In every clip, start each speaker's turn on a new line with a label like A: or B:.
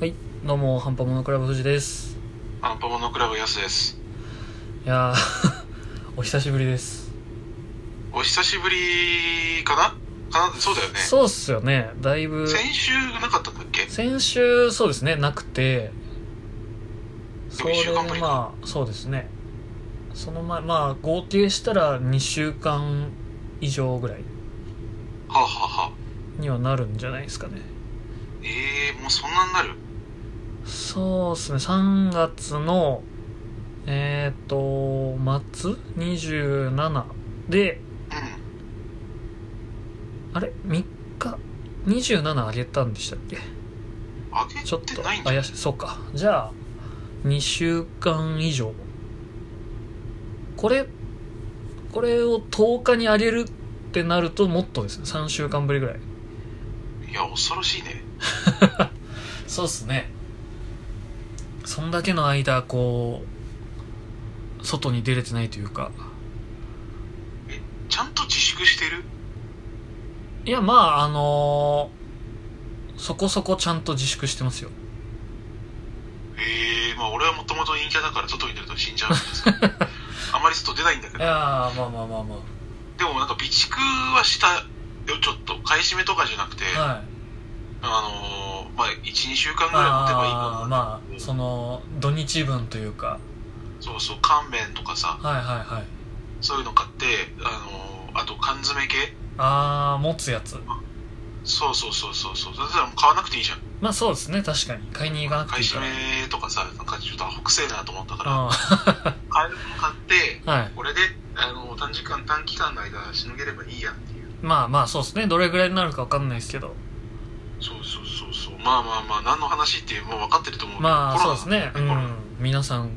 A: はい、どうも、ハンパモノクラブ藤です。
B: アンパモノクラブヤスです。
A: いやー、 お久しぶりです。
B: お久しぶりかなかなそうだよね。
A: そうっすよね、だいぶ、
B: 先週なかったんだっけ
A: 先週、そうですね、なくて、それ
B: 一週間ぶ
A: で
B: りか
A: まあ、そうですね、その前、まあ、合計したら2週間以上ぐらい
B: はあ、はあはあ、
A: にはなるんじゃないですかね。
B: ええー、もうそんなになる
A: そうっすね、3月の、えっ、ー、と、末 ?27 で、
B: う
A: あれ ?3 日 ?27 あげたんでしたっけ
B: ん。あげ
A: ちょってと
B: ないんじゃ
A: 怪しい。そうか。じゃあ、2週間以上。これ、これを10日にあげるってなるともっとですね。3週間ぶりぐらい。
B: ん。いや、恐ろしいね。
A: そうっすね。そんだけの間、こう、外に出れてないというか。
B: ちゃんと自粛してる
A: いや、まあ、あのーそこそこちゃんと自粛してますよ。
B: ええー、まあ俺はもともと陰キャだから外に出ると死んじゃうんです けど。あまり外出ないんだけ
A: い
B: ど。
A: やー、まあまあまあま
B: でもなんか備蓄はしたよ、ちょっと。買い占めとかじゃなくて、
A: あ。はい。
B: あのー、まあ1、2週間ぐらい持てばいい
A: ああー
B: かな。
A: まあその土日分というか
B: そうそう、乾麺とかさ。
A: はいはいはい
B: そういうの買って、あのーあと缶詰系
A: ああ持つやつ
B: そうそうそうそうそう。だったらもう買わなくていいじゃん。
A: まあそうですね確かに買いに行かなく
B: 買
A: て
B: い
A: いいか
B: 占
A: ら
B: めとかさ、なんかちょっとアホくせえなと思ったから、
A: あ
B: 買えるもの買って、
A: ー はい
B: これで、あのー短時間、短期間の間しのげればいいやっていう。
A: まあまあそうですねどれぐらいになるかわかんないですけど
B: そうそうそうそう。まあまあまあ、何の話っていう、もう分かってると思うけど
A: まあ
B: コ
A: そ
B: ロ
A: う
B: ナ
A: ですねう
B: コロナ
A: ん皆さん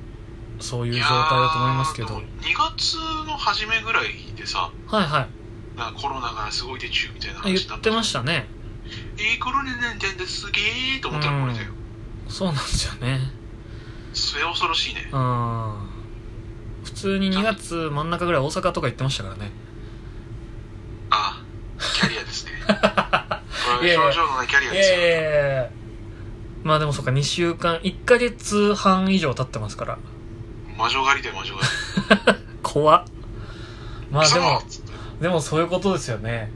A: そういう状態だと思いますけど
B: いや
A: は
B: ーでも2月の初めぐらいでさ、
A: いは
B: なんかコロナがすごいで中みたいない話にな。
A: 言ってましたたね
B: いいコロナなんてんですげえと思ったらこれだよ。
A: そうなんですよね
B: 末恐ろしいね。
A: うん普通に2月真ん中ぐらい大阪とか行ってましたからね
B: あキャリ アですね。こ
A: いや
B: れ
A: いや
B: は表情のないキャリア
A: い
B: で
A: や
B: す
A: い
B: よ。
A: やいやいやまあでもそうか2週間1ヶ月半以上経ってますから
B: 魔女狩りだよ、魔女狩り。
A: 怖っまあでも
B: 貴様
A: でもそういうことですよね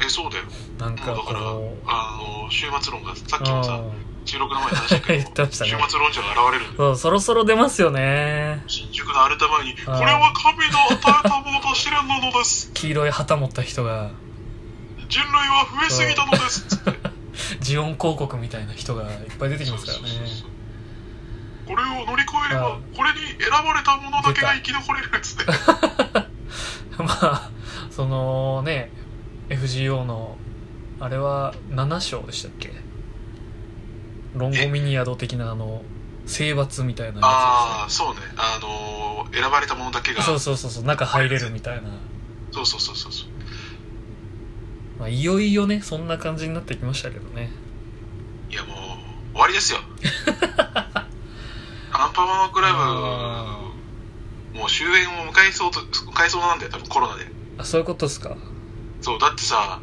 B: え、そうだよ。も
A: なんか
B: うだから、
A: こ
B: あの、週末論が、さっ
A: う
B: きもさ、収録の前に話したけど、
A: 言ってましたね
B: 週末論者が現れるんだ
A: そ
B: よ。
A: うそろそろ出ますよね
B: 新宿のアルタ前に、これ
A: あー
B: は神の与えたものと知らぬのです。
A: 黄色い旗持った人が
B: 人類は増えすぎた のです。つって
A: ジオン広告みたいな人がいっぱい出てき
B: そ
A: ま
B: う
A: すか
B: そう
A: ら
B: そう
A: ね
B: そうこれを乗り越えれ
A: あ
B: ば、これに選ばれた者だけが生き残れる。つって。
A: まあそのね FGO のあれは7章でしたっけロンゴミニヤド的なあの征伐みたいなやつですね
B: ああ、そうね。あのー、選ばれた者だけが、
A: そ
B: そうう
A: そうそうそう中入れるみたいな、
B: そうそうそうそう。
A: まあ、いよいよねそんな感じになってきましたけどね
B: いやもう終わ りですよアンパンマンクラ
A: あ
B: ブもう終焉を迎えそうと迎えそうなんだよ多分コロナで
A: あそういうことですか
B: そうだってさ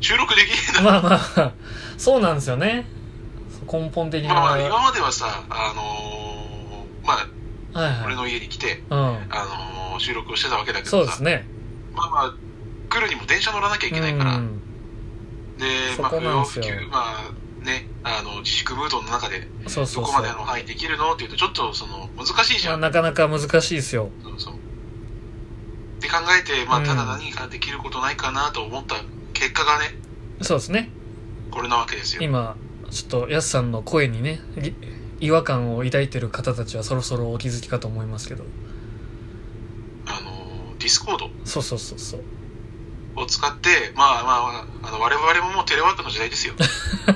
B: 収録できねえ んだ
A: まあまあそうなんですよね根本的な、
B: まあまあ
A: は
B: 今まではさあのーまあ
A: い
B: 俺
A: は
B: の家に来て、
A: いうん
B: あのー収録をしてたわけだけ
A: そう
B: ど
A: で
B: さ
A: すね
B: まあまあ来るにも電車乗らなきゃいけないから、
A: うん
B: で
A: そ
B: まあ
A: こ
B: 不
A: なん
B: 要
A: です
B: 不
A: よ
B: 急まあねあの自粛ムードの中で
A: そうそ
B: ど
A: う
B: こ
A: そ
B: ま
A: う
B: での範囲できるのっていうとちょっとその難しいじ
A: ま
B: ゃ
A: あ、
B: ん
A: なかなか難しいですよ
B: そうそう。って考えて、ま
A: う
B: あ、
A: ん
B: ただ何かできることないかなと思った結果がね、
A: そうですね
B: これなわけですよ。
A: 今ちょっとやすさんの声にねぎ違和感を抱いてる方たちはそろそろお気づきかと思いますけど
B: あの、ディスコード
A: そうそうそうそう
B: を使って、まあまあ、あの我々ももうテレワークの時代で すよ。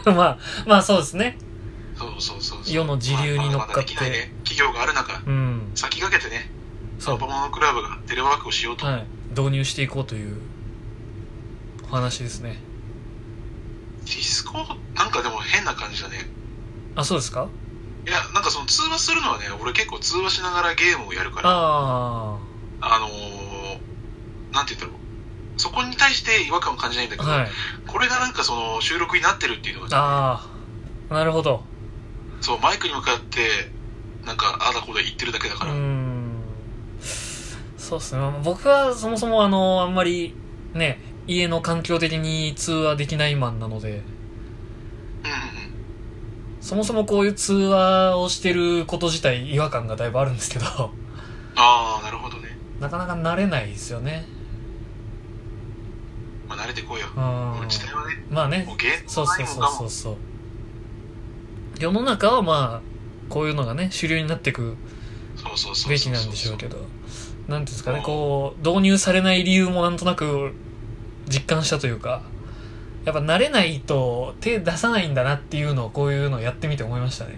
A: まあまあそうですね
B: そうそうそうそう。
A: 世の時流に乗っかって
B: まあまだまだできないね、企業がある中、
A: うん
B: 先駆けてね、
A: そ
B: サ
A: う
B: バモノクラブがテレワークをしようと。
A: はい、導入していこうというお話ですね
B: ディスコード、なんかでも変な感じだね。
A: あそうですか
B: いや、なんかその通話するのはね、俺結構通話しながらゲームをやるから、あ
A: あ
B: のー、なんて言うんだろう。そこに対して違和感を感じないんだ
A: あ
B: けど、
A: はい
B: これがなんかその収録になってるっていうのが
A: ああなるほど
B: そう、マイクに向かって、なんか、あだこうだ言ってるだけだから。
A: う
B: うんん。
A: そうですねまあ僕はそもそもあのあんまりね家の環境的に通話できないマンなので
B: うん
A: そもそもこういう通話をしてること自体違和感がだいぶあるんですけど
B: ああ、なるほどね。
A: なかなか慣れないですよね
B: まあ、慣れてこいよ。
A: う
B: もうん時代はね、
A: まあね
B: もうゲーム
A: そう
B: も
A: そ
B: な
A: う
B: いもん
A: そう
B: だ
A: そ
B: もん
A: う。そう世の中はまあこういうのがね主流になっていく
B: そうそうそう。
A: べきなんでしょうけ
B: ど。
A: どなんていうんですかね
B: うん
A: こう導入されない理由もなんとなく実感したというかやっぱ慣れないと手出さないんだなっていうのをこういうのをやってみて思いましたね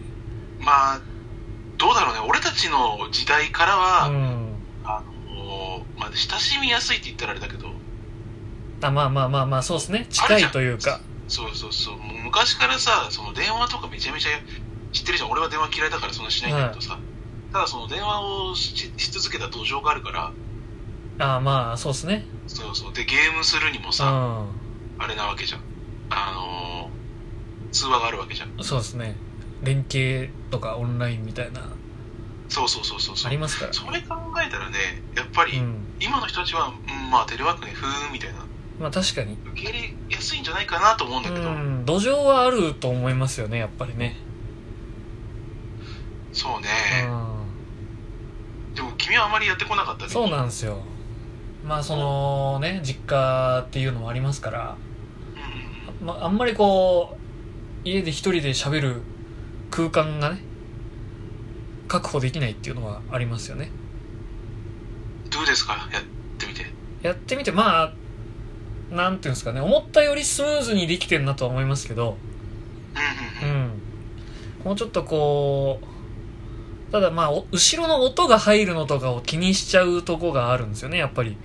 B: まあ、どうだろうね。俺たちの時代から
A: う
B: は、
A: ん
B: あのーまあ、親しみやすいって言ったらあれだけど、
A: あまあまあまあまあそうですね近いというか
B: そうそうそう。もう昔からさ、その電話とかめちゃめちゃ知ってるじゃん。俺は電話嫌いだからそんなしないんだけどさ。ただその電話をしし続けた土壌があるから、
A: あまあそうですね
B: そうそう。で、ゲームするにも
A: う
B: さ、
A: ん
B: あれなわけじゃん。あのー通話があるわけじゃん。
A: そうですね連携とかオンラインみたいな
B: そうそうそうそうそ
A: あ
B: う
A: り。ますから
B: それ考えたらね、やっぱり、
A: うん
B: 今の人たちは、うん、まあテレワークね、ふーんみたいな、
A: まあ確かに
B: 受け入れやすいんじゃないかなと思うんだけど、
A: うん土壌はあると思いますよねやっぱりね、
B: そうね、
A: う
B: でも君はあまりやってこなかった
A: ん、
B: ね。
A: そう
B: う
A: なんですよまあそのね実家っていうのもありますから、
B: んうんうん
A: まあ、あんまりこう家で一人で喋る空間がね確保できないっていうのはありますよね
B: どうですかやってみて。
A: やってみてまあなんていうんですかね思ったよりスムーズにできてるなとは思いますけど
B: うん
A: う
B: うんうん。
A: んもうちょっとこうただまあお後ろの音が入るのとかを気にしちゃうとこがあるんですよねやっぱり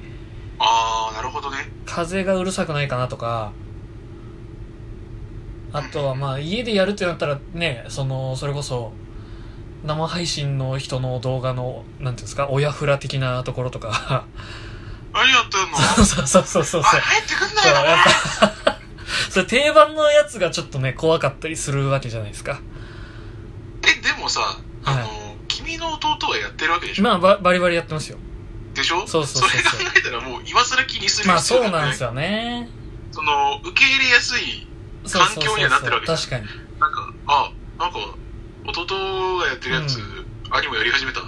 B: ああ、なるほどね。
A: 風がうるさくないかなとかあとはまあ家でやるってなったらねそのそれこそ生配信の人の動画のなんていうんですか親フラ的なところとか
B: 何やってんの
A: そうそうそうそうそう
B: あ、
A: そう
B: 入ってくんな
A: そう
B: よ
A: やっぱそれ定番のやつがちょっとね怖かったりするわけじゃないですか
B: え、でもさ、あの、君の弟はやってるわけでしょ、
A: まあババリバリやってますよ
B: でしょ
A: そうそうそうそう
B: れ考えたらもう今更気にする
A: まあ
B: 必要
A: そう
B: ない
A: なんですよね
B: その、受け入れやすい、
A: そうそう
B: 環境
A: そ
B: に
A: う
B: はなって
A: そ
B: る
A: う
B: わけじゃん
A: 確かに
B: なんか、あ、なんか、弟がやってるやつ、
A: う
B: 兄もやり始めた、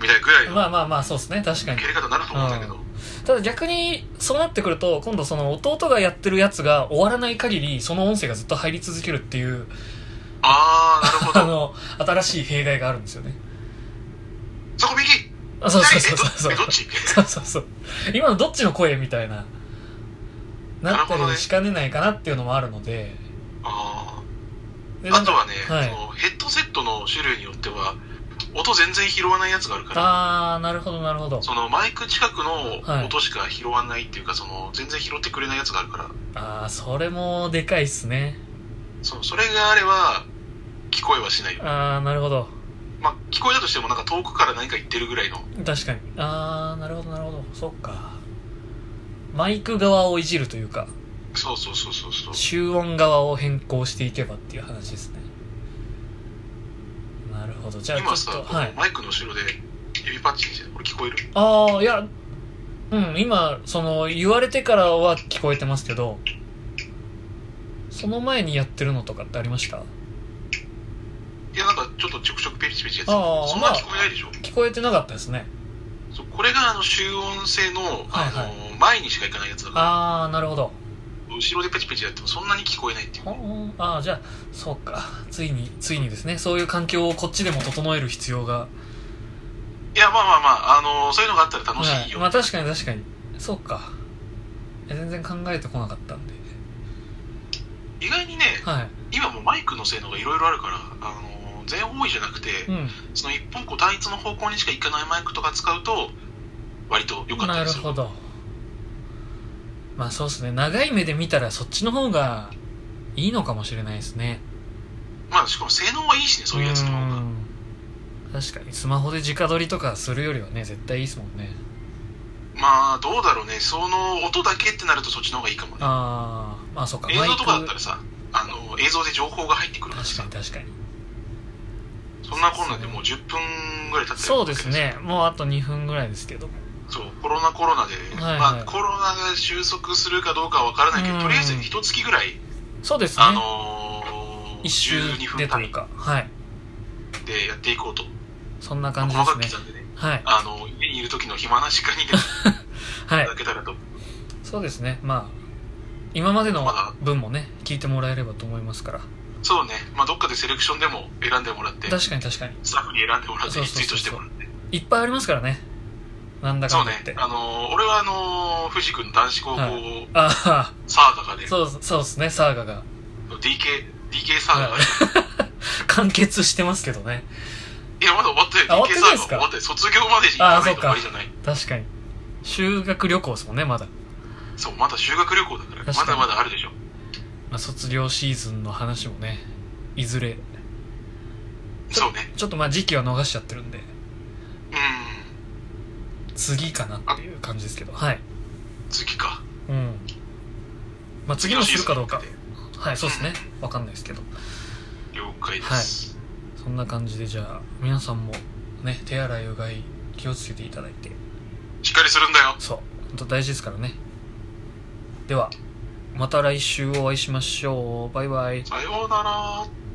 B: みたいなぐらいの、
A: まあまあまあそうですね確かに
B: やり方になると思うんだけど、
A: うただ逆にそうなってくると今度その弟がやってるやつが終わらない限りその音声がずっと入り続けるっていう
B: ああ、な
A: あ
B: るほど。
A: の新しい弊害があるんですよね
B: そこ右
A: あそうそうそうそう
B: え
A: そう
B: どっ ち
A: そうそうそう今のどっちの声みたいななったりしかねないかなっていうのもあるので
B: あ
A: で
B: ー
A: なん
B: あと
A: か
B: はね、
A: はい
B: そのヘッドセットの種類によっては、音全然拾わないやつがあるから、
A: ああなるほどなるほど
B: そのマイク近く
A: はい
B: の音しか拾わないっていうか、その全然拾ってくれないやつがあるから、
A: ああそれもでかいっすね
B: そうそれがあれば、聞こえはしないよ。
A: ああなるほど
B: まあ、聞こえたとしても、なんか遠くから何か言ってるぐらいの、
A: 確かにああなるほどなるほどそっかマイク側をいじるというか
B: そうそうそうそうそう。
A: 集音側を変更していけばっていう話ですねなるほどじゃあ
B: 今
A: ち
B: さ、
A: ょっと
B: この
A: はい
B: マイクの後ろで指パッチンしてるこれ聞こえる
A: ああいやうん今その言われてからは聞こえてますけどその前にやってるのとかってありました
B: いや、なんかちょっとちょくちょくペチペチやつ。
A: あー
B: そんな聞こえないでしょ、
A: 聞こえてなかったですね
B: そうこれがあの、集音性の、
A: はい
B: あの
A: はい
B: 前にしか行かないやつだか
A: ああなるほど
B: ら、後ろでペチペチやってもそんなに聞こえないっていう。
A: ほんああじゃあそうかついについにですねそういう環境をこっちでも整える必要が
B: いや、まあまあまあ、あのそういうのがあったら楽しいよ。
A: まあ確かに確かにそうかいや全然考えてこなかったんで
B: 意外にね、
A: はい
B: 今もうマイクの性能がいろいろあるから、あの全方位じゃなくて、
A: うん
B: その一本こう単一の方向にしか行かないマイクとか使うと、割と良かった
A: な
B: り
A: る
B: する。
A: ほどまあそうですね長い目で見たらそっちの方がいいのかもしれないですね
B: まあ、しかも性能はいいしね、そういうやつの方が。
A: ん確かにスマホで直撮りとかするよりはね絶対いいですもんね
B: まあ、どうだろうね、その音だけってなるとそっちの方がいいかもね。
A: ああまあそうか
B: 映像とかだった
A: マイ
B: らさあの映像で情報が入ってく
A: ク
B: るから
A: 確か
B: さ
A: に確かに
B: そんなこんなでもう10分ぐらい経ってる
A: そうですねもうあと2分ぐらいですけど
B: そうコロナコロナで、
A: はいはい
B: まあ、コロナが収束するかどうかは分からないけ
A: う
B: ど
A: ん
B: とりあえず一月ぐらい、
A: そうですね
B: あのー、
A: 一周
B: 12分
A: でと
B: 単
A: いう
B: 位
A: かはい
B: でやっていこうと、
A: そんな
B: まあ
A: 感じ
B: 細かく
A: ですね
B: 刻んでね
A: はい
B: あの家にいる時の暇な時間に出てい
A: は
B: た
A: い
B: だけたらと、
A: そうですねまあ今までの
B: まだ
A: 分もね聞いてもらえればと思いますから
B: そうね、まあ、どっかでセレクションでも選んでもらって
A: 確かに確かに
B: スタッフに選んでもらって
A: そう
B: リ
A: そうそうそう
B: ツイートしてもらって
A: いっぱいありますからねなんだか
B: そうん
A: だ
B: ね
A: 言って、
B: あのー俺はあのー藤君の男子高校、
A: はああ
B: サーガがね
A: そうそうですねサーガが
B: DK, DK サーガがね、
A: 完結してますけどね
B: いやまだ終わって
A: あ
B: ない DK
A: 終
B: サ
A: わってないで
B: ー
A: す
B: ガは
A: か
B: 終わってない卒業までに行かない
A: あそっか
B: と終わりじゃない
A: 確かに修学旅行ですもんねまだ、
B: そうまだ修学旅行だから
A: 確か
B: ま
A: に
B: だまだあるでしょ
A: まあ、卒業シーズンの話もねいずれちょ
B: そうね
A: ちょっとまあ時期は逃しちゃってるんで
B: うん
A: 次かなっていう感じですけどはい
B: 次か
A: うんまあ次もするかどうか
B: 次のシーズンに
A: はいそうですねわかんないですけど
B: 向けて了解です、
A: そんな感じでじゃあ皆さんもね手洗いうがい気をつけていただいて
B: しっかりするんだよ
A: そう本当大事ですからねではまた来週お会いしましょうバイバイ
B: さようなら